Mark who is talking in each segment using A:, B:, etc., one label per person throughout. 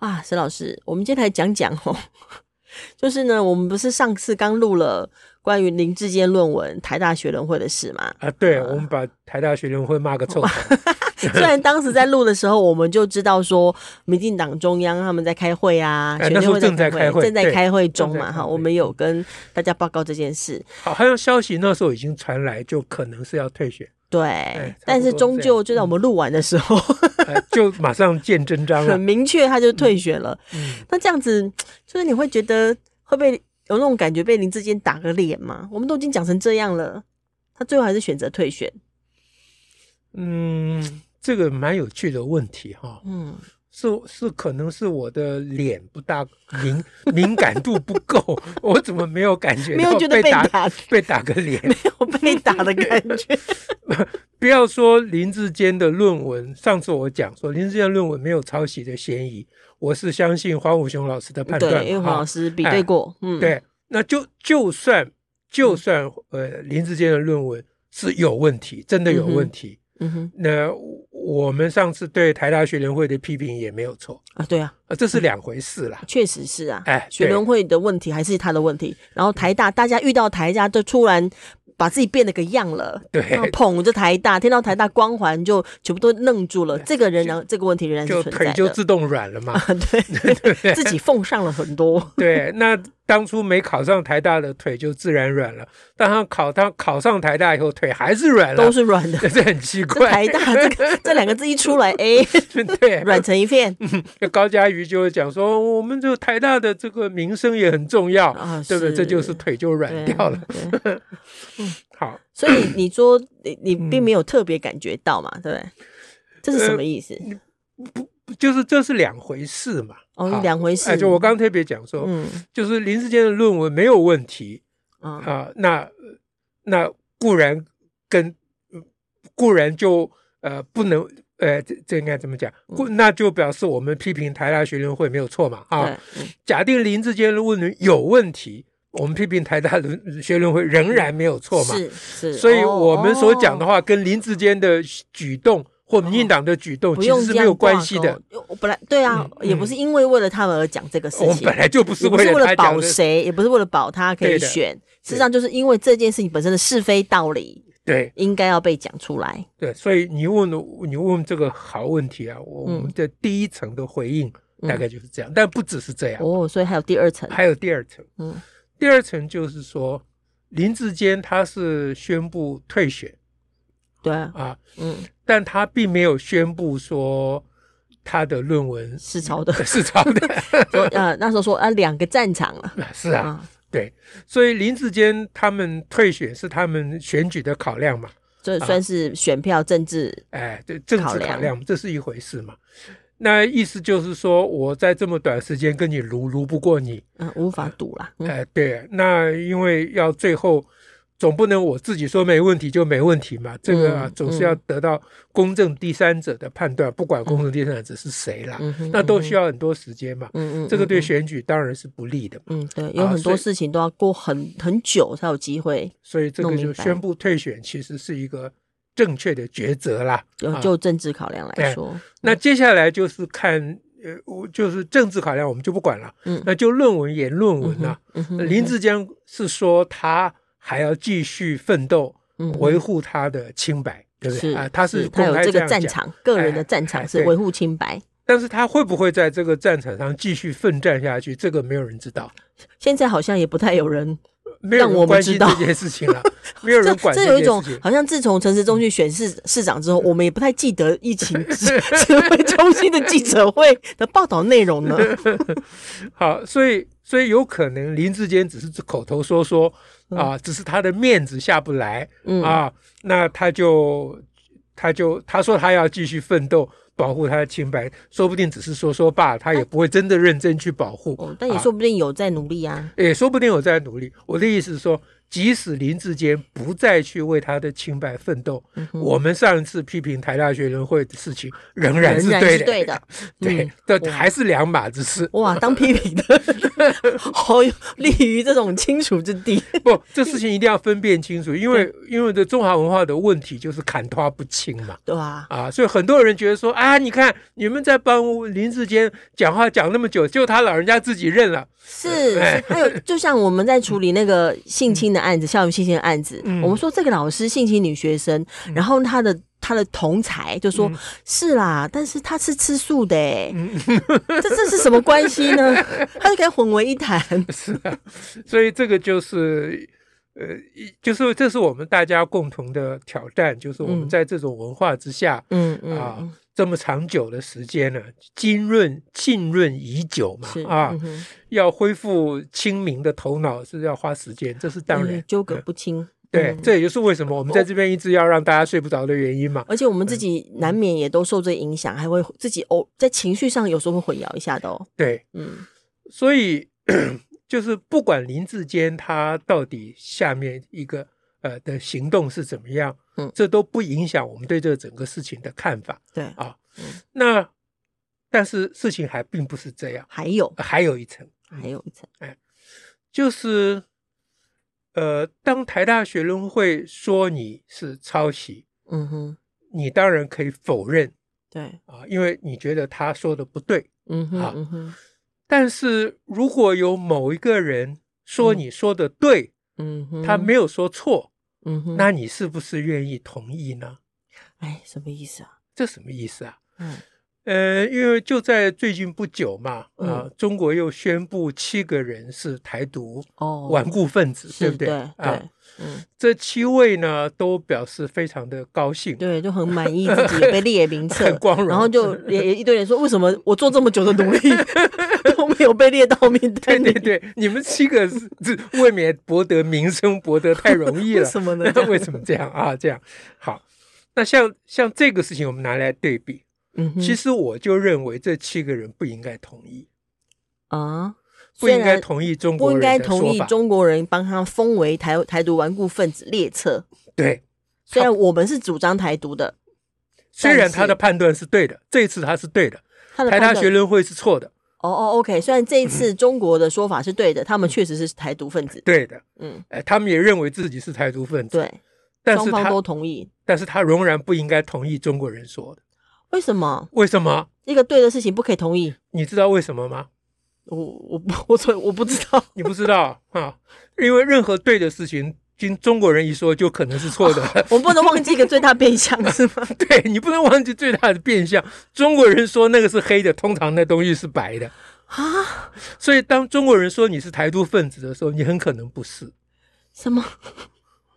A: 啊，沈老师，我们今天来讲讲哦， 就是呢，我们不是上次刚录了关于林志坚论文台大学联会的事嘛？
B: 啊，对，我们把台大学联会骂个臭头。
A: 虽然当时在录的时候，我们就知道说，民进党中央他们在开会啊，
B: 哎
A: 全
B: 那时
A: 联
B: 候
A: 会
B: 正在开会
A: 正在
B: 对
A: 开会中
B: 正在
A: 嘛，
B: 开
A: 哈，
B: 会
A: 我们有跟大家报告这件事，
B: 好，还有消息那时候已经传来，就可能是要退 选，
A: 对
B: 哎差，
A: 但
B: 不
A: 是
B: 多
A: 终
B: 这
A: 究
B: 样
A: 就在我们录完的时候，
B: 呃就马上见真章
A: 很
B: 了。
A: 明确他就退选了。
B: 嗯，
A: 那这样子，就是你会觉得会被有那种感觉被林志坚打个脸吗？我们都已经讲成这样了，他最后还是选择退选。
B: 嗯，这个蛮有趣的问题哈，
A: 嗯，
B: 是是可能是我的脸不大敏敏感度不够，我怎么没有感觉
A: 没
B: 到
A: 有觉得被
B: 打
A: 打，
B: 被打个脸？
A: 没有被打的感觉。
B: 不要说林志坚的论文，上次我讲说林志坚的论文没有抄袭的嫌疑，我是相信黄武雄老师的 判断
A: 对，因为
B: 嘛
A: 黄
B: 哈
A: 老师比
B: 哎
A: 对过，嗯，，
B: 对，那就就算就算呃林志坚的论文是有问题，真的有问题，
A: 嗯哼，
B: 那我们上次对台大学联会的批评也没有错，
A: 啊，对啊，
B: 呃，这是两回事啦。
A: 确实是啊，
B: 哎
A: 学
B: 对
A: 联会的问题还是他的问题，然后台大大家遇到台大就突然。把自己变了个样了，
B: 对
A: 然后捧着台大，听到台大光环就全部都愣住了。这个人呢，这个问题仍然是
B: 就
A: 存在
B: 腿
A: 的。
B: 就自动软了嘛，
A: 啊， 对，自己奉上了很多。
B: 对。那当初没考上台大的腿就自然软了，但他考他考上台大以后腿还是软
A: 都
B: 了，。
A: 是软的
B: 这很奇
A: 这
B: 怪。
A: 台大这 个这两个字一出来，哎，
B: 对，
A: 软成一 片
B: 高佳瑜就会讲说，我们这个台大的这个名声也很重要，
A: 啊，
B: 对不对？这就是腿就软掉了。。
A: 对对
B: 好，
A: 所以你说你你并没有特别感觉到嘛，对不对？这是什
B: 嗯
A: 么意思？
B: 就是这是两回事嘛。
A: 哦，
B: 好
A: 两回事。
B: 哎，就我刚刚特别讲说，
A: 嗯
B: 就是林志坚的论文没有问题
A: 啊，
B: 啊、那那固然跟固然就呃不能呃这这应该怎么讲？
A: 嗯
B: 固那就表示我们批评台大学联会没有错嘛啊。
A: 对，嗯
B: 假定林志坚的论文有问题，我们批评台大的学联会仍然没有错嘛。
A: 嗯是哦是，
B: 所以我们所讲的
A: 话
B: 话，跟林志坚的举动或民进党的举动
A: 哦不
B: 其
A: 用
B: 实是
A: 这
B: 没
A: 样
B: 有关
A: 挂
B: 系
A: 钩
B: 的。。
A: 我本来对啊，
B: 嗯
A: 也不是因为为了他们而讲这个事
B: 我们
A: 情
B: 本，来就不是
A: 也不是
B: 为
A: 为了
B: 了他
A: 保
B: 讲的，
A: 谁，也不是为了保他可以
B: 对的
A: 选，事实上就是因为这件事情本身的是非道理
B: 对
A: 应该要被讲出来。
B: 对。所以你问我你问这个好问题啊，我
A: 嗯
B: 们的第一层的回应
A: 嗯
B: 大概就是这样，但不只是这样，
A: 哦，所以还有第二层，
B: 还有第二层。
A: 嗯
B: 第二层就是说，林志坚他是宣布退选
A: 对啊，
B: 啊，
A: 嗯，
B: 但他并没有宣布说他的论文，
A: 是潮的
B: 是抄 的，
A: 说呃那时候说啊两个战场了
B: 是啊。
A: 啊，
B: 对，所以林志坚他们退选是他们选举的考量嘛，
A: 这算是选票政治，
B: 哎，对政治
A: 考
B: 考
A: 量
B: 量这是一回事嘛。那意思就是说，我在这么短时间跟你撸撸不过你，
A: 嗯，无法赌啦，嗯
B: 哎，对，那因为要最后总不能我自己说没问题就没问题嘛，这个、啊
A: 嗯
B: 总是要得到公正第三者的判断，不管公正第三者是谁啦，
A: 嗯哼，
B: 那都需
A: 要，
B: 要很多时间嘛，
A: 嗯嗯，
B: 这个对
A: 嗯，
B: 选举当然是不利的嘛。
A: 嗯，嗯对，有
B: 啊
A: 很
B: 所
A: 多
B: 以
A: 事情都要过很很久才有机会，
B: 所以这
A: 弄
B: 个
A: 明
B: 就
A: 白
B: 宣布退选，其实是一个正确的抉择啦。
A: 就
B: 啊
A: 就政治考量来
B: 对
A: 说，
B: 那接下来就是看，呃，我就是政治考量，我们就不管了。
A: 嗯
B: 那就论文演论
A: 嗯
B: 文
A: 哼
B: 了。，
A: 嗯哼
B: 那林志坚是说他还要继续奋斗，
A: 嗯哼
B: 维护他的清白，对不
A: 是
B: 对啊？他是
A: 他
B: 公
A: 有
B: 开
A: 这
B: 这
A: 个
B: 样
A: 战
B: 讲，
A: 场，个人的
B: 哎
A: 战场
B: 哎
A: 是
B: 对
A: 维护清白。
B: 但是他会不会在这个战场上继续奋战下去？这个没有人知道，
A: 现在好像也不太有人，
B: 没有
A: 让我
B: 人
A: 们
B: 关
A: 知
B: 心
A: 道
B: 这件事情 了，没有
A: 这
B: 人管
A: 这
B: 件
A: 有一种
B: 事情。
A: 好像自从陈时中去选市市长之后，我们也不太记得疫情 指指挥中心的记者会的报道内容 呢。
B: 好，所以所以有可能林志坚只是口头说说啊，只是他的面子下不来
A: 嗯
B: 啊啊，那他就他就他说他要继续奋斗，保护他的清白，说不定只是说说罢，他也不会真的认真去保护。
A: 哎
B: 啊
A: 哦，但也说不定有在努力啊。
B: 也说不定有在努力。我的意思是说，即使林志坚不再去为他的清白奋斗，
A: 嗯哼
B: 我们上一次批评台大学联会的事情 仍然是
A: 仍然
B: 对
A: 是
B: 的，
A: 对 的
B: 对
A: 嗯，哇
B: 这、还是两码子事。
A: 哇，当批评的 好有利于这种清楚之地。
B: 不，这事情一定要分辨清楚，因为因为这中华文化的问题就是砍瓜不清嘛。
A: 对啊，
B: 啊，所以很多人觉得说啊，你看你们在帮林志坚讲话讲那么久，就他老人家自己认了，
A: 是
B: 哎
A: 是还有，就像我们在处理那个性侵的案子，校园性侵的案子，
B: 嗯
A: 我们说这个老师性侵女学生，然后他的他的同才就说
B: 嗯：“
A: 是啦，但是他是吃素的，哎，这这是什么关系呢？” 他就给他混为一 谈。
B: 是啊，所以这个就是。呃，一就是这是我们大家共同的挑战，就是我们
A: 嗯
B: 在这种文化之下，
A: 嗯嗯
B: 啊
A: 嗯，
B: 这么长久的时间呢，浸润浸润已久嘛
A: 是
B: 啊，
A: 嗯哼
B: 要恢复清明的头脑是要花时间，这是当然
A: 嗯。纠葛
B: 嗯
A: 不清。
B: 对，
A: 嗯
B: 这也就是为什么我们在这边一直要让大家睡不着的原因嘛。
A: 而且我们自己难免也都受这影响，还会自己偶在情绪上有时候会混淆一下的哦。
B: 对，
A: 嗯
B: 所以 就是不管林志坚他到底下面一个呃的行动是怎么样，
A: 嗯
B: 这都不影响我们对这整个事情的看法。
A: 对，
B: 那但是事情还并不是这样，呃
A: 还有
B: 还有一层，
A: 还有一层，
B: 就是，呃，当台大学生会说你是抄袭，
A: 嗯哼，
B: 你当然可以否认
A: 对，
B: 啊，因为你觉得他说的不对。
A: 嗯哼
B: 好
A: 嗯哼
B: 但是如果有某一个人说
A: 嗯
B: 你说的对，
A: 嗯哼，
B: 他没有说错，
A: 嗯哼，
B: 那你是不是愿意同意呢？
A: 哎什么意思啊？
B: 这什么意思啊？
A: 嗯
B: 呃，因为就在最近不久嘛，啊、
A: 嗯
B: 中国又宣布七个人是台独
A: 哦，
B: 顽固分子，对
A: 是
B: 不对？
A: 对
B: 啊，
A: 对，嗯
B: 这七位呢都表示非常的高兴，
A: 对，就很满意自己有被列名册
B: 很。光荣，
A: 然后就也也一堆人说，为什么我做这么久的努力 都没有被列到名
B: 对
A: 单
B: 对
A: 里？
B: 对，你们七个是是未免博得名声，博得太容易
A: 为
B: 了。
A: 什么呢？
B: 那为什么这样啊？这样好，那像像这个事情，我们拿来对比，
A: 嗯哼
B: 其实我就认为这七个人不应该同意，
A: 啊，
B: 不应
A: 虽
B: 该
A: 然
B: 同意中
A: 不
B: 国
A: 应
B: 人
A: 该
B: 的
A: 同
B: 说
A: 意
B: 法。
A: 中国人帮他封为台台独顽固分子列册。
B: 对，
A: 虽然我们是主张台独的，
B: 虽然
A: 是
B: 他的判断是对的，这一次他是对的，
A: 他的
B: 台大
A: 判断
B: 学联嗯会是错的，
A: 哦哦，OK，虽然这一次中国的说法是对的，他
B: 嗯
A: 们确实是台独分子，
B: 对的。
A: 嗯，
B: 哎，他们也认为自己是台独分子，
A: 对，
B: 但
A: 双
B: 是
A: 方
B: 他
A: 都同意。
B: 但是他仍然不应该同意中国人说的，
A: 为什么
B: 为什么？
A: 一个对的事情不可以同意？
B: 你知道为什么吗？
A: 我我不我所以我不知道，
B: 你不 知道啊，因为任何对的事情，经中国人一说，就可能是错的。
A: 我不能忘记一个最大变相是吗？
B: 对你不能忘记最大的变相，中国人说那个是黑的，通常那东西是白的。
A: 啊，
B: 所以当中国人说你是台独分子的时候，你很可能不是，
A: 什么？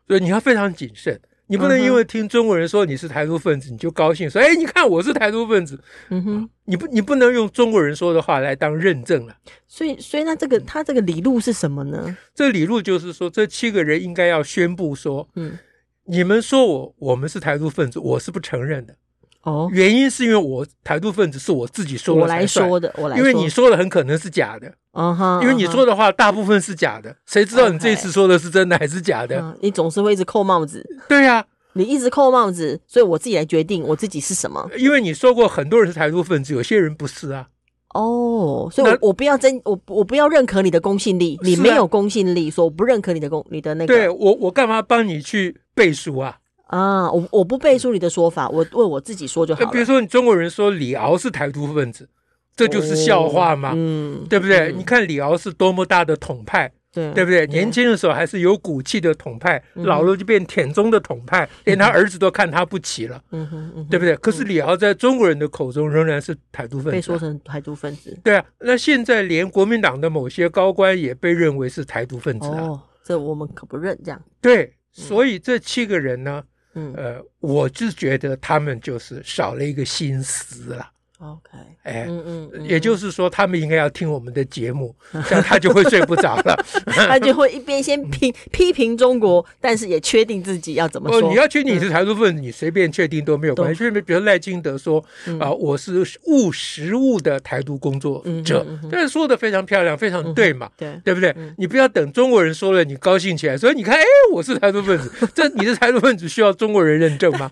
B: 所以你要非常谨慎。你不能
A: 嗯哼
B: 因为听中国人说你是台独分子，你就高兴说：“哎，你看我是台独分子。
A: 嗯哼，”
B: 你不，你不能用中国人说的话来当认证了。
A: 所以所以那这个他这个理路是什么呢？
B: 这理路就是说，这七个人应该要宣布说：“
A: 嗯，
B: 你们说我我们是台独分子，我是不承认的。”
A: 哦，
B: 原因是因为我台独分子是我自己说了
A: 我来
B: 才算
A: 说，的，我来
B: 因
A: 说，
B: 为你说的很可能是假的，
A: 嗯哼，
B: 因为你说
A: 的，
B: 的话大部分是假的，谁知道你这次说的是真的还是假的？
A: 嗯你总是会一直扣帽子，
B: 对呀、
A: 你一直扣帽子，所以我自己来决定我自己是什么。
B: 因为你说过很多人是台独分子，有些人不是啊。
A: 哦，所以
B: 那
A: 我，我不要真，我我不要认可你的公信力，你
B: 是啊
A: 没有公信力，所以我不认可你的公，你的那
B: 对
A: 个
B: 我，我干嘛帮你去背书啊？
A: 啊，我我不背书你的说法，我为我自己说就好
B: 那
A: 了。
B: 呃比如说你中国人说李敖是台独分子，这就是笑话嘛，
A: 哦嗯，
B: 对不对？
A: 嗯
B: 你看李敖是多么大的统派，
A: 对对
B: 对不对？年轻的时候还是有骨气的统派，
A: 嗯
B: 老了就变舔中的统派，连他儿子都看他不起了。
A: 嗯哼嗯嗯哼，
B: 对不对？可是李敖在中国人的口中仍然是台独分
A: 被
B: 子啊、
A: 说成台独分子。
B: 对啊。那现在连国民党的某些高官也被认为是台独分子啊。
A: 哦，这我们可不认这样。
B: 对，所以这七个人呢，
A: 嗯，
B: 呃，我就觉得他们就是少了一个心思了。
A: OK，
B: 哎，
A: 嗯嗯，嗯
B: 也就是说，他们应该要听我们的节 目，这样他就会睡不着了。
A: 他就会一边先 批批评中国，但是也确定自己要怎么
B: 哦，
A: 说。
B: 你要去你是财富分子，你随便确定都没有关系。因为比如赖清德说
A: 嗯
B: 啊，我是务实务的台独工作者
A: 嗯哼嗯哼，嗯
B: 但是说的非常漂亮，非常对嘛。
A: 对，
B: 对不对？你不要等中国人说了你高兴起来，所以你看，哎，我是台独分子，这你是台独分子需要中国人认证吗？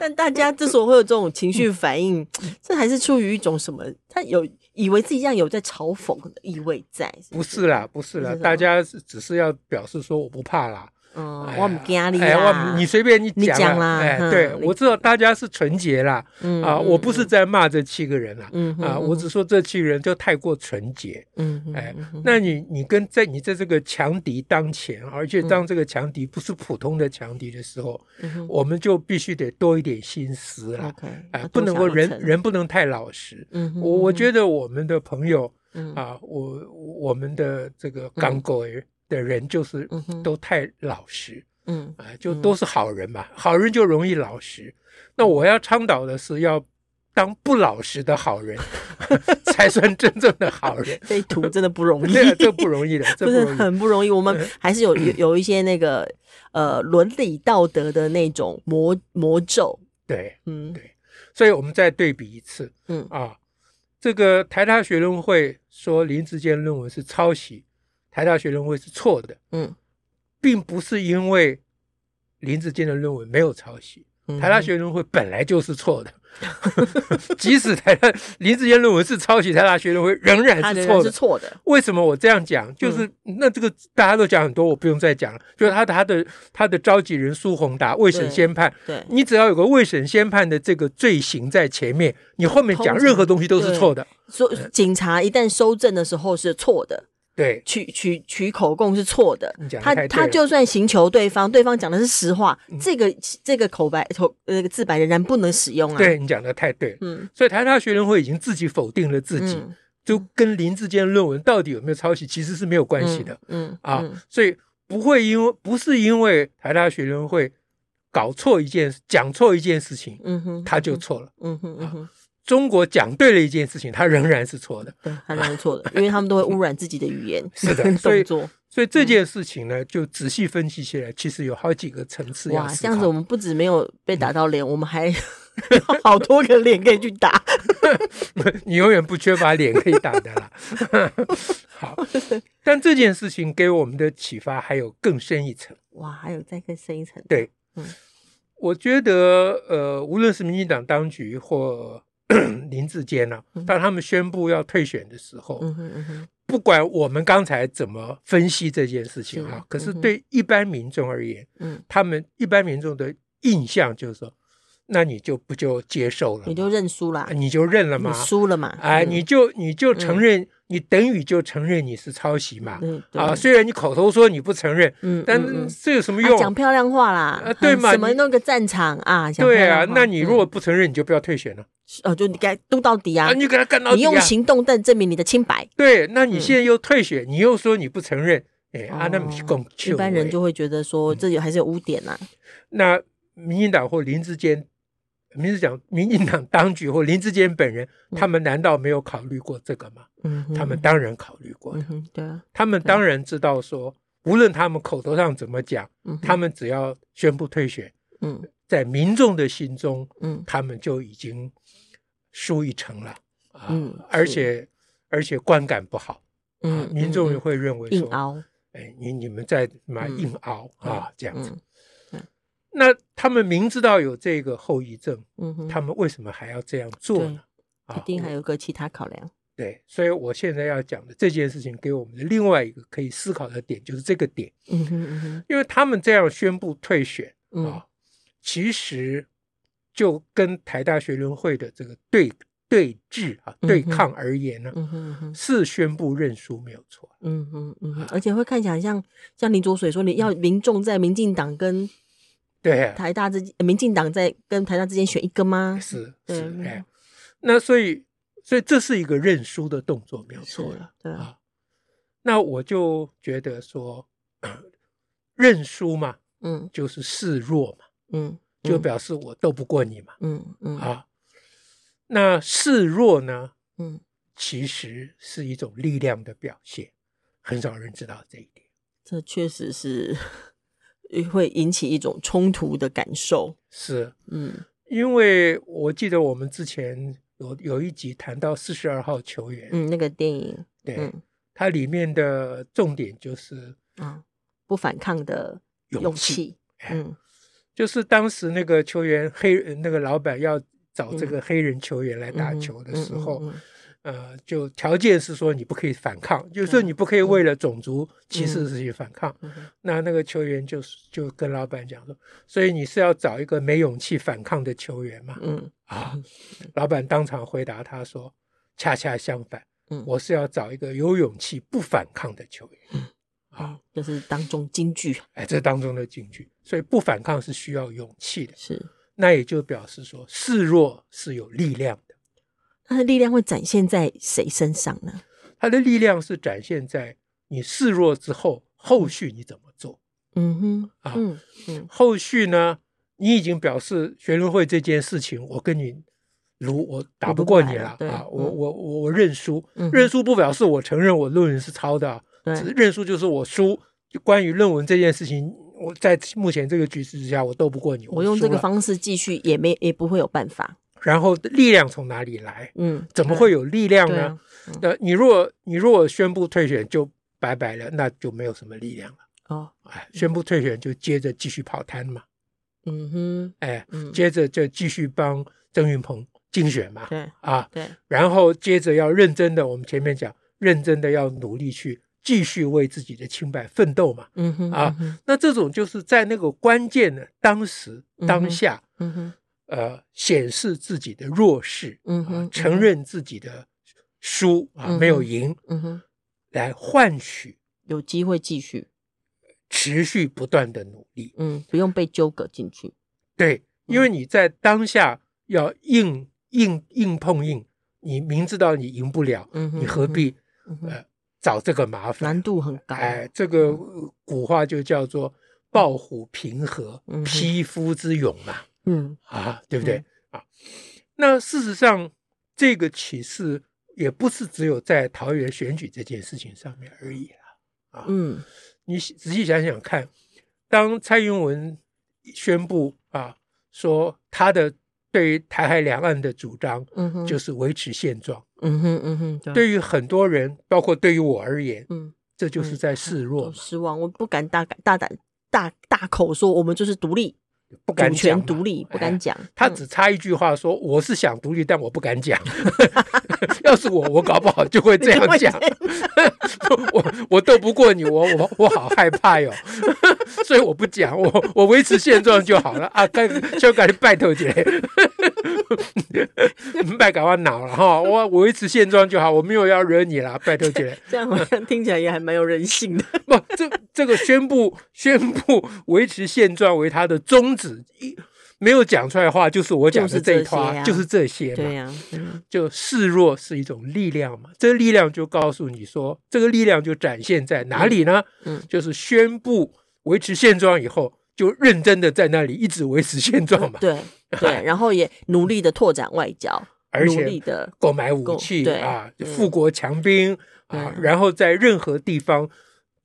A: 但大家之所以会有这种情绪反应，
B: 嗯
A: 这还是出于一种什么？他有以为自己这样有在嘲讽的意味在，
B: 不是啦，不
A: 嗯是
B: 是啦
A: 什，么
B: 大家是只是要表示说我不怕啦，
A: 嗯
B: 哎，呀
A: 我们压力
B: 哎，
A: 啦
B: 我，你随便你
A: 你
B: 讲
A: 讲啦
B: 啦，哎，
A: 嗯
B: 对
A: 你
B: 我知道大家是纯洁啦，
A: 嗯
B: 啊，
A: 嗯
B: 我不是在骂这七个人啦，
A: 嗯
B: 啊，
A: 嗯
B: 我只说这七个人就太过纯洁，
A: 嗯嗯
B: 哎
A: 嗯嗯
B: 那你你跟在你在这个强敌当前，而且当这个强敌不是普通的强敌的时候，
A: 嗯哼
B: 我们就必须得多一点心思啦，
A: OK，
B: 哎
A: 要，
B: 不
A: 多
B: 能
A: 想
B: 够
A: 一层
B: 人，人不能太老实，
A: 嗯哼，
B: 我我
A: 得，
B: 觉得我们的朋友
A: 嗯
B: 啊，我我们的这个港狗的人就是
A: 嗯哼
B: 都太老实。
A: 嗯
B: 啊，就
A: 嗯
B: 都是好人嘛，好人就容易老实。那我要倡导的是要当不老实的好人， 才算真正的好 人。
A: 被图真的不 容易，
B: 这这不容易的，啊 这
A: 不
B: 不
A: 是
B: 容易。
A: 很不容易。我们还是有有有一些那个呃伦理道德的那种魔魔咒，
B: 对，
A: 嗯
B: 对所以我们再对比一次
A: 嗯
B: 啊，这个台大学论会说林志坚论文是抄袭，台大学论会是错的，
A: 嗯，
B: 并不是因为林志坚的论文没有抄袭，
A: 嗯
B: 台大学生会本来就是错的， 即使台大林志坚论文是抄袭台大学生会，仍然
A: 他
B: 是
A: 啊仍
B: 错
A: 然是。
B: 的
A: 错 的，嗯
B: 为什么我这样讲？就是、那这个大家都讲很多，我不用再讲了。就是他的他的他的召集人苏宏达未审先判，
A: 对，
B: 你只要有个未审先判的这个罪行在前面，你后面讲
A: 通常
B: 任何东西都是错的。
A: 所以警察一旦搜证的时候是错的，
B: 对
A: 取取取口供是错的
B: 你嗯讲。得
A: 他
B: 太对
A: 他
B: 了嗯
A: 就算寻求对方，对方讲的是实话，这个这个口白口呃那个自白仍然不能使用啊。，
B: 对，你讲的太对了。
A: 嗯
B: 所以台大学生会已经自己否定了自己，
A: 嗯
B: 就跟林志坚论文到底有没有抄袭其实是没有关系的。
A: 嗯
B: 啊，所以不会因为不是因为台大学生会搞错一件讲错一件事情，
A: 嗯哼，
B: 他就错了；
A: 嗯哼嗯哼，
B: 中国讲对了一件事情，他仍然是错的。
A: 对，他仍然是错的，因为他们都会污染自己的语言，
B: 是 的
A: 跟
B: 所以
A: 动作。
B: 所以这件事情呢，就仔细分析起来，其实有好几个层次要
A: 哇，
B: 思
A: 这样子我
B: 考。嗯
A: 们不止没有被打到脸，我们还 有好多个脸可以去 打。
B: 你永远不缺乏脸可以打的啦。 好，但这件事情给我们的启发还有更深一层。
A: 哇，还有再更深一层。
B: 对
A: 嗯
B: 我觉得，呃，无论是民进党当局或 林志坚呢、啊，当他们宣布要退选的时候，
A: 嗯哼嗯哼，
B: 不管我们刚才怎么分析这件事情
A: 是
B: 啊，可是
A: 嗯哼
B: 对一般民众而言，
A: 嗯，
B: 他们一般民众的印象就是说，那你就不就接受了吗，
A: 你就认输啦
B: 啊，你就认了
A: 你
B: 嘛，
A: 输了嘛？
B: 哎，
A: 嗯
B: 你就你就承认，你等于就承认你是抄袭嘛，
A: 对嗯对
B: 啊，虽然你口头说你不承认，
A: 嗯
B: 但
A: 嗯嗯
B: 这有什么
A: 啊讲
B: 用？
A: 漂亮话啦
B: 啊，对
A: 嗯
B: 嘛
A: 什么
B: 你
A: 弄个战场啊？讲
B: 对
A: 漂
B: 啊
A: 亮，话
B: 那你如果
A: 嗯
B: 不承认，你就不要退选了
A: 哦，就你该斗到底啊
B: 啊，！你就给他干到
A: 你
B: 底
A: 用嗯
B: 啊！
A: 行动证证明你的清白，
B: 对，那你现在又退选，你又说你不承认，哎，啊，那
A: 哦
B: 你拱
A: 一般人就会觉得
B: 嗯
A: 说这有还是有污点啊呐。
B: 那民进党或林志坚，民进党、民进党当局或林志坚本人，他们难道没有考虑过这个吗？
A: 嗯哼，
B: 他们当然考虑过
A: 嗯
B: 的，
A: 哼，对啊，
B: 他们当然知道说，无论他们口头上怎么讲，
A: 嗯哼
B: 他们只要宣布退选，
A: 嗯
B: 在民众的心中，
A: 嗯
B: 他们就已经输一城了啊！
A: 嗯
B: 而
A: 是
B: 且而且观感不好，啊
A: 嗯，
B: 民众也
A: 嗯
B: 会认为
A: 嗯硬
B: 说，
A: 凹，
B: 哎，你你们在嘛
A: 嗯
B: 硬熬、啊，这样子。
A: 嗯
B: 那他们明知道有这个后遗症，
A: 嗯哼，
B: 他们为什么还要这样做呢？啊
A: 一定还
B: 我
A: 有个其他考量。
B: 对，所以我现在要讲的这件事情，给我们的另外一个可以思考的点就是这个点，
A: 嗯哼嗯哼
B: 因为他们这样宣布退选啊，
A: 嗯
B: 其实就跟台大学联会的这个对对峙啊
A: 嗯哼
B: 对抗而言呢，
A: 嗯哼嗯哼
B: 是宣布认输没有错，
A: 嗯哼嗯哼，而且会看起来像像林卓水说，你
B: 嗯
A: 要民众在民进党跟
B: 对啊，
A: 台大之间，呃民进党在跟台大之间选一个吗？
B: 是
A: 对
B: 是
A: 没
B: 哎
A: 错，
B: 那所以所以这是一个认输的动作没有
A: 是
B: 错了。，
A: 对啊，
B: 啊，那我就觉得说，认输嘛，
A: 嗯
B: 就是示弱嘛，
A: 嗯，
B: 就
A: 嗯
B: 表示我斗不过你嘛，
A: 嗯嗯
B: 啊。那示弱呢，
A: 嗯，
B: 其实是一种力量的表现，很少人知道这一点。
A: 这确实是 会引起一种冲突的感受。
B: 是
A: 嗯
B: 因为我记得我们之前有有一集谈到四十二号球员，
A: 嗯，那个电影，
B: 对、
A: 嗯
B: 它里面的重点就是
A: 啊，不反抗的
B: 勇
A: 勇
B: 气
A: 气，
B: 哎
A: 嗯
B: 就是当时那个球员黑呃人那个老板要找这个黑人球员来打
A: 嗯
B: 球的
A: 嗯
B: 时
A: 嗯
B: 候，
A: 嗯
B: 呃，就条件是说你不可以反抗，就是
A: 哦
B: 说你不可以为了种族歧视事情反抗。
A: 嗯嗯
B: 那那个球员就是就跟老板讲说，所以你是要找一个没勇气反抗的球员嘛？
A: 嗯
B: 啊，老板当场回答他说，恰恰相反，
A: 嗯
B: 我是要找一个有勇气不反抗的球员。啊，
A: 嗯，这是当中金句，
B: 哎，这当中的警句，所以不反抗是需要勇气的。
A: 是
B: 那也就表示说示弱是有力量的，
A: 它的力量会展现在谁身上呢？
B: 它的力量是展现在你示弱之后，后续你怎么做？
A: 嗯哼，
B: 啊
A: 嗯嗯
B: 后续呢，你已经表示学伦会这件事情，我跟你如我打不过你了
A: 打不过来了
B: 啊，
A: 对
B: 我
A: 嗯
B: 我我我认输，
A: 嗯哼
B: 认输不表示我承认我论文是抄的啊，
A: 对
B: 只是认输就是我输。就关于论文这件事情，我在目前这个局势之下，我斗不过你，
A: 我用这
B: 输
A: 个
B: 了。
A: 方式继续也没也不会有办法，
B: 然后力量从哪里来？
A: 嗯，
B: 怎么会有力量
A: 对
B: 呢？
A: 啊？
B: 那你如果你如果宣布退选就拜拜了，那就没有什么力量了。
A: 哦，
B: 哎，宣布退选就接着继续跑摊嘛，
A: 嗯哼，
B: 哎，
A: 嗯，
B: 接着就继续帮郑云鹏竞选嘛，
A: 对
B: 啊，
A: 对，
B: 然后接着要认真的，我们前面讲认真的要努力去继续为自己的清白奋斗嘛。
A: 嗯哼
B: 啊，那这种就是在那个关键的当时
A: 嗯哼
B: 当下，
A: 嗯哼，
B: 呃，显示自己的弱势，
A: 嗯
B: 啊
A: 哼，
B: 承认自己的输
A: 嗯
B: 啊，
A: 哼
B: 没有赢，
A: 嗯哼，
B: 来换取
A: 有机会继续，
B: 持续不断的努力。
A: 嗯，不用被纠葛进去，
B: 对，因为
A: 嗯
B: 你在当下要硬硬硬碰硬，你明知道你赢不了，
A: 嗯哼，
B: 你何必
A: 嗯哼？嗯哼
B: 呃找这个麻
A: 难嗯
B: 烦？
A: 度很高，
B: 哎，这个呃古话就叫做“抱虎平和
A: 嗯，哼
B: 匹夫之勇”嘛，
A: 嗯
B: 啊，对不对
A: 嗯？
B: 啊，那事实上，这个启示也不是只有在桃园选举这件事情上面而已。啊
A: 嗯
B: 你仔细想想看，当蔡英文宣布啊，说他的对于台海两岸的主张
A: 嗯哼，
B: 就是维持现状，
A: 嗯哼嗯哼，对，
B: 对于很多人，包括对于我而言，
A: 嗯，
B: 这就是在示弱
A: 都，失望，我不敢大敢大胆大大口说我们就是独立，
B: 不敢
A: 嗯主
B: 讲
A: 权
B: 嘛
A: 独立，不
B: 哎
A: 敢讲，
B: 他
A: 嗯
B: 只差一句话说：“我是想独立，但我不敢讲。 要是我，我搞不好就会这 样讲。 我我斗不过你，我我我好害怕哟。 所以我不讲，我我维持现状就好了啊。该就赶紧拜托 姐，拜搞我恼了哈。我我维持现状就好，我没有要惹你啦，拜托姐。
A: 这样好像听起来也还蛮有人性的，
B: 不，这这个宣布宣布维持现状为他的宗旨，一没有讲出来的话，就是我讲
A: 就
B: 的
A: 是
B: 这一
A: 这些
B: 套，
A: 啊
B: 就是这些嘛。
A: 对呀，嗯
B: 就示弱是一种力量嘛，这个力量就告诉你说，这个力量就展现在哪里呢？
A: 嗯
B: 就是宣布维持现状以后，就认真的在那里一直维持现状嘛，
A: 对 对，然后也努力的拓展外交，
B: 而
A: 努力
B: 且
A: 的，
B: 购买武器
A: 购对
B: 啊，
A: 嗯
B: 富国强兵啊，
A: 对
B: 然后在任何地方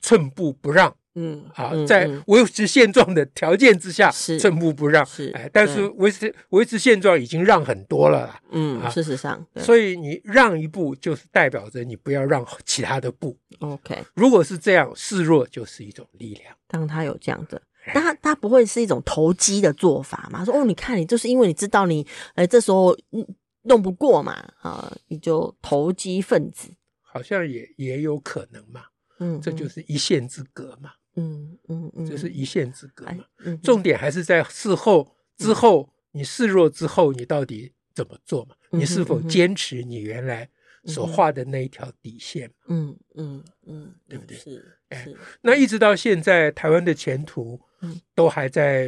B: 寸步不让。
A: 嗯
B: 啊，
A: 嗯
B: 在
A: 嗯
B: 维持现状的条件之下，
A: 是
B: 寸步不让。
A: 是嗯
B: 哎，但是
A: 对
B: 维持维持现状已经让很多了啦。啊
A: 嗯，事实上，对
B: 所以你让一步，就是代表着你不要让其他的步。
A: OK，
B: 如果是这样，示弱就是一种力量。
A: 当他有这样的，
B: 哎
A: 但他他不会是一种投机的做法嘛？说哦，你看你就是因为你知道你，呃，这时候嗯弄不过嘛，啊、你就投机分子，
B: 好像也也有可能嘛，
A: 嗯，
B: 这就是一线之隔嘛，
A: 嗯嗯嗯，
B: 这是一线之隔
A: 哎
B: 嘛。，
A: 嗯，
B: 重点还是在事后之后，你示弱之后，你到底怎么做嘛？
A: 嗯哼
B: 你是否
A: 嗯哼
B: 坚持你原来所
A: 嗯哼
B: 画的那一条底线？
A: 嗯嗯嗯，
B: 对不对
A: 是
B: 哎
A: 是，
B: 那一直到现在，台湾的前途
A: 嗯
B: 都还在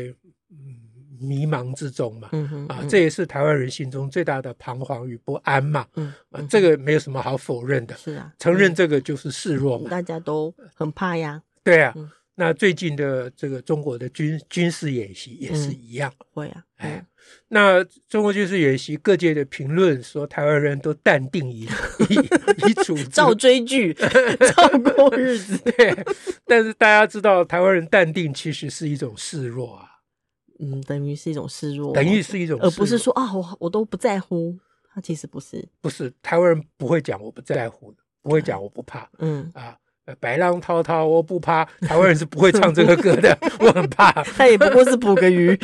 B: 嗯迷茫之中嘛。
A: 嗯哼
B: 啊，
A: 嗯
B: 这也是台湾人心中最大的彷徨与不安嘛。
A: 嗯
B: 啊，这个没有什么好否认的，
A: 是啊，
B: 承
A: 嗯
B: 认这个就是示弱嘛。
A: 大家都很怕呀，
B: 对啊
A: 嗯，
B: 那最近的这个中国的军军事演习也是一样，
A: 会啊，
B: 哎，那中国军事演习各界的评论说，台湾人都淡定 以以以处之
A: 照追 剧，照过日子，
B: 对，但是大家知道，台湾人淡定其实是一种示弱啊，
A: 嗯，等于是一种示弱，
B: 等于是一种示弱，
A: 哦而不是说啊，我我都不在乎，他其实不是，
B: 不是台湾人不会讲我不在乎的，不会讲我不怕
A: 嗯，
B: 啊。呃白浪滔滔，我不怕。台湾人是不会唱这个歌的， 我很怕。
A: 他也不过是捕个鱼，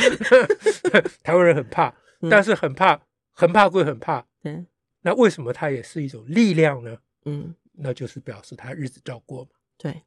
B: 台湾人很怕
A: 嗯，
B: 但是很怕，很怕归很怕。
A: 对，
B: 那为什么它也是一种力量呢？
A: 嗯，
B: 那就是表示他日子照过嘛，
A: 对，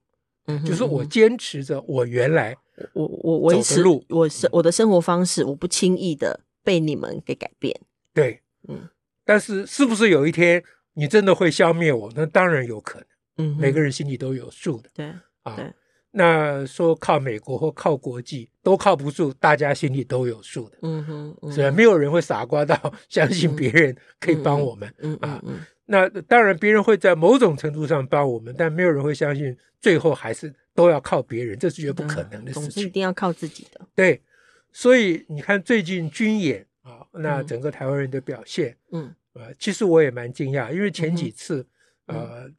A: 嗯哼，
B: 就是我
A: 嗯
B: 坚持着我原来
A: 哼我我维
B: 走
A: 持
B: 的路
A: 我生我的生活方式，我不轻易的被你们给改变，
B: 对，
A: 嗯，
B: 但是是不是有一天你真的会消灭我？那当然有可能，
A: 嗯哼，
B: 每个人心里都有数的
A: 对，对
B: 啊。那说靠美国或靠国际都靠不住，大家心里都有数的，
A: 嗯哼，嗯
B: 虽然没有人会傻瓜到相信别人可以帮我们。
A: 嗯嗯
B: 啊
A: 嗯，
B: 那当然，别人会在某种程度上帮我们，但没有人会相信最后还是都要靠别人，这是绝不可能的
A: 啊嗯总
B: 事
A: 是一
B: 情。
A: 定要靠自己的，
B: 对，所以你看最近军演啊，那
A: 嗯
B: 整个台湾人的表现，
A: 嗯
B: 呃，其实我也蛮惊讶，因为前几次、
A: 嗯哼
B: 呃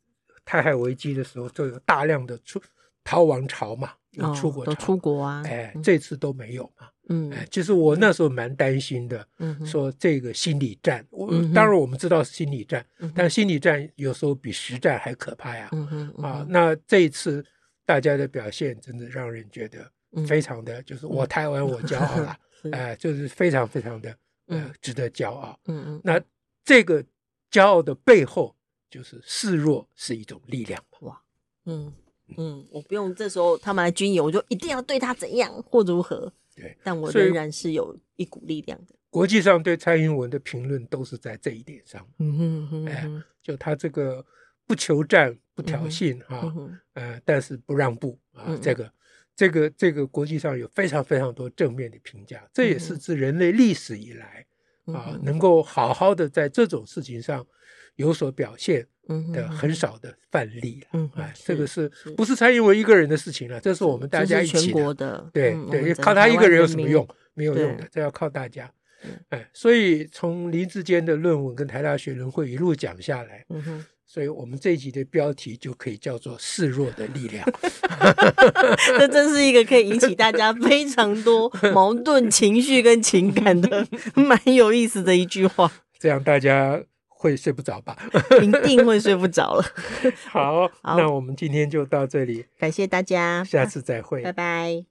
B: 台海危机的时候，就有大量的出逃亡潮嘛，有
A: 哦
B: 出国
A: 都
B: 潮，
A: 出国啊，
B: 哎，
A: 嗯
B: 这次都没有嘛。哎，
A: 嗯
B: 其实我那时候蛮担心的，
A: 嗯哼，
B: 说这个心理战，我、
A: 嗯哼
B: 当然我们知道是心理战，
A: 嗯哼
B: 但心理战有时候比实战还可怕呀。
A: 嗯哼嗯
B: 啊，
A: 哼
B: 那这一次大家的表现真的让人觉得
A: 嗯
B: 非常的，就是我台湾我骄傲啦，
A: 是
B: 哎、就是非常非常的呃
A: 嗯
B: 值得骄傲。
A: 嗯嗯，
B: 那这个骄傲的背后，就是示弱是一种力量嘛。
A: 嗯，嗯，我不用这时候他们来军演，我就一定要对他怎样或如何。
B: 对，
A: 但我
B: 所以
A: 仍然是有一股力量的。
B: 国际上对蔡英文的评论都是在这一点上，
A: 嗯哼哼
B: 哎
A: 哼
B: 就他这个不求战、不挑衅啊，
A: 嗯哼，
B: 呃，但是不让步啊，
A: 嗯嗯
B: 这个。这个这个国际上有非常非常多正面的评价，这也
A: 嗯
B: 是
A: 哼
B: 自人类历史以来
A: 嗯
B: 啊
A: 哼，
B: 能够好好的在这种事情上有所表现
A: 嗯哼
B: 的
A: 哼
B: 很少的范例了。
A: 嗯哼
B: 哎，
A: 是
B: 这个是
A: 是
B: 不是蔡英文一个人的事情了？这是我们大
A: 这
B: 家
A: 是
B: 一起
A: 全国
B: 的，
A: 的，
B: 对
A: 嗯
B: 对，靠他一个人有什么？
A: 我
B: 用
A: 们整个台湾人民？
B: 没有用的
A: 对，
B: 这要靠大家
A: 嗯。
B: 哎，所以从林志坚的论文跟台大学伦会一路讲下来，
A: 嗯哼，
B: 所以我们这一集的标题就可以叫做“示弱的力量
A: 这真是一个可以引起大 家非常多矛盾情绪跟情感的，蛮有意思的一句话，”，
B: 这样大家会睡不着吧？
A: 一定会睡不着了。
B: 好，
A: 好
B: 那我们今天就到这里，
A: 感谢大家，
B: 下次再会。
A: 拜拜。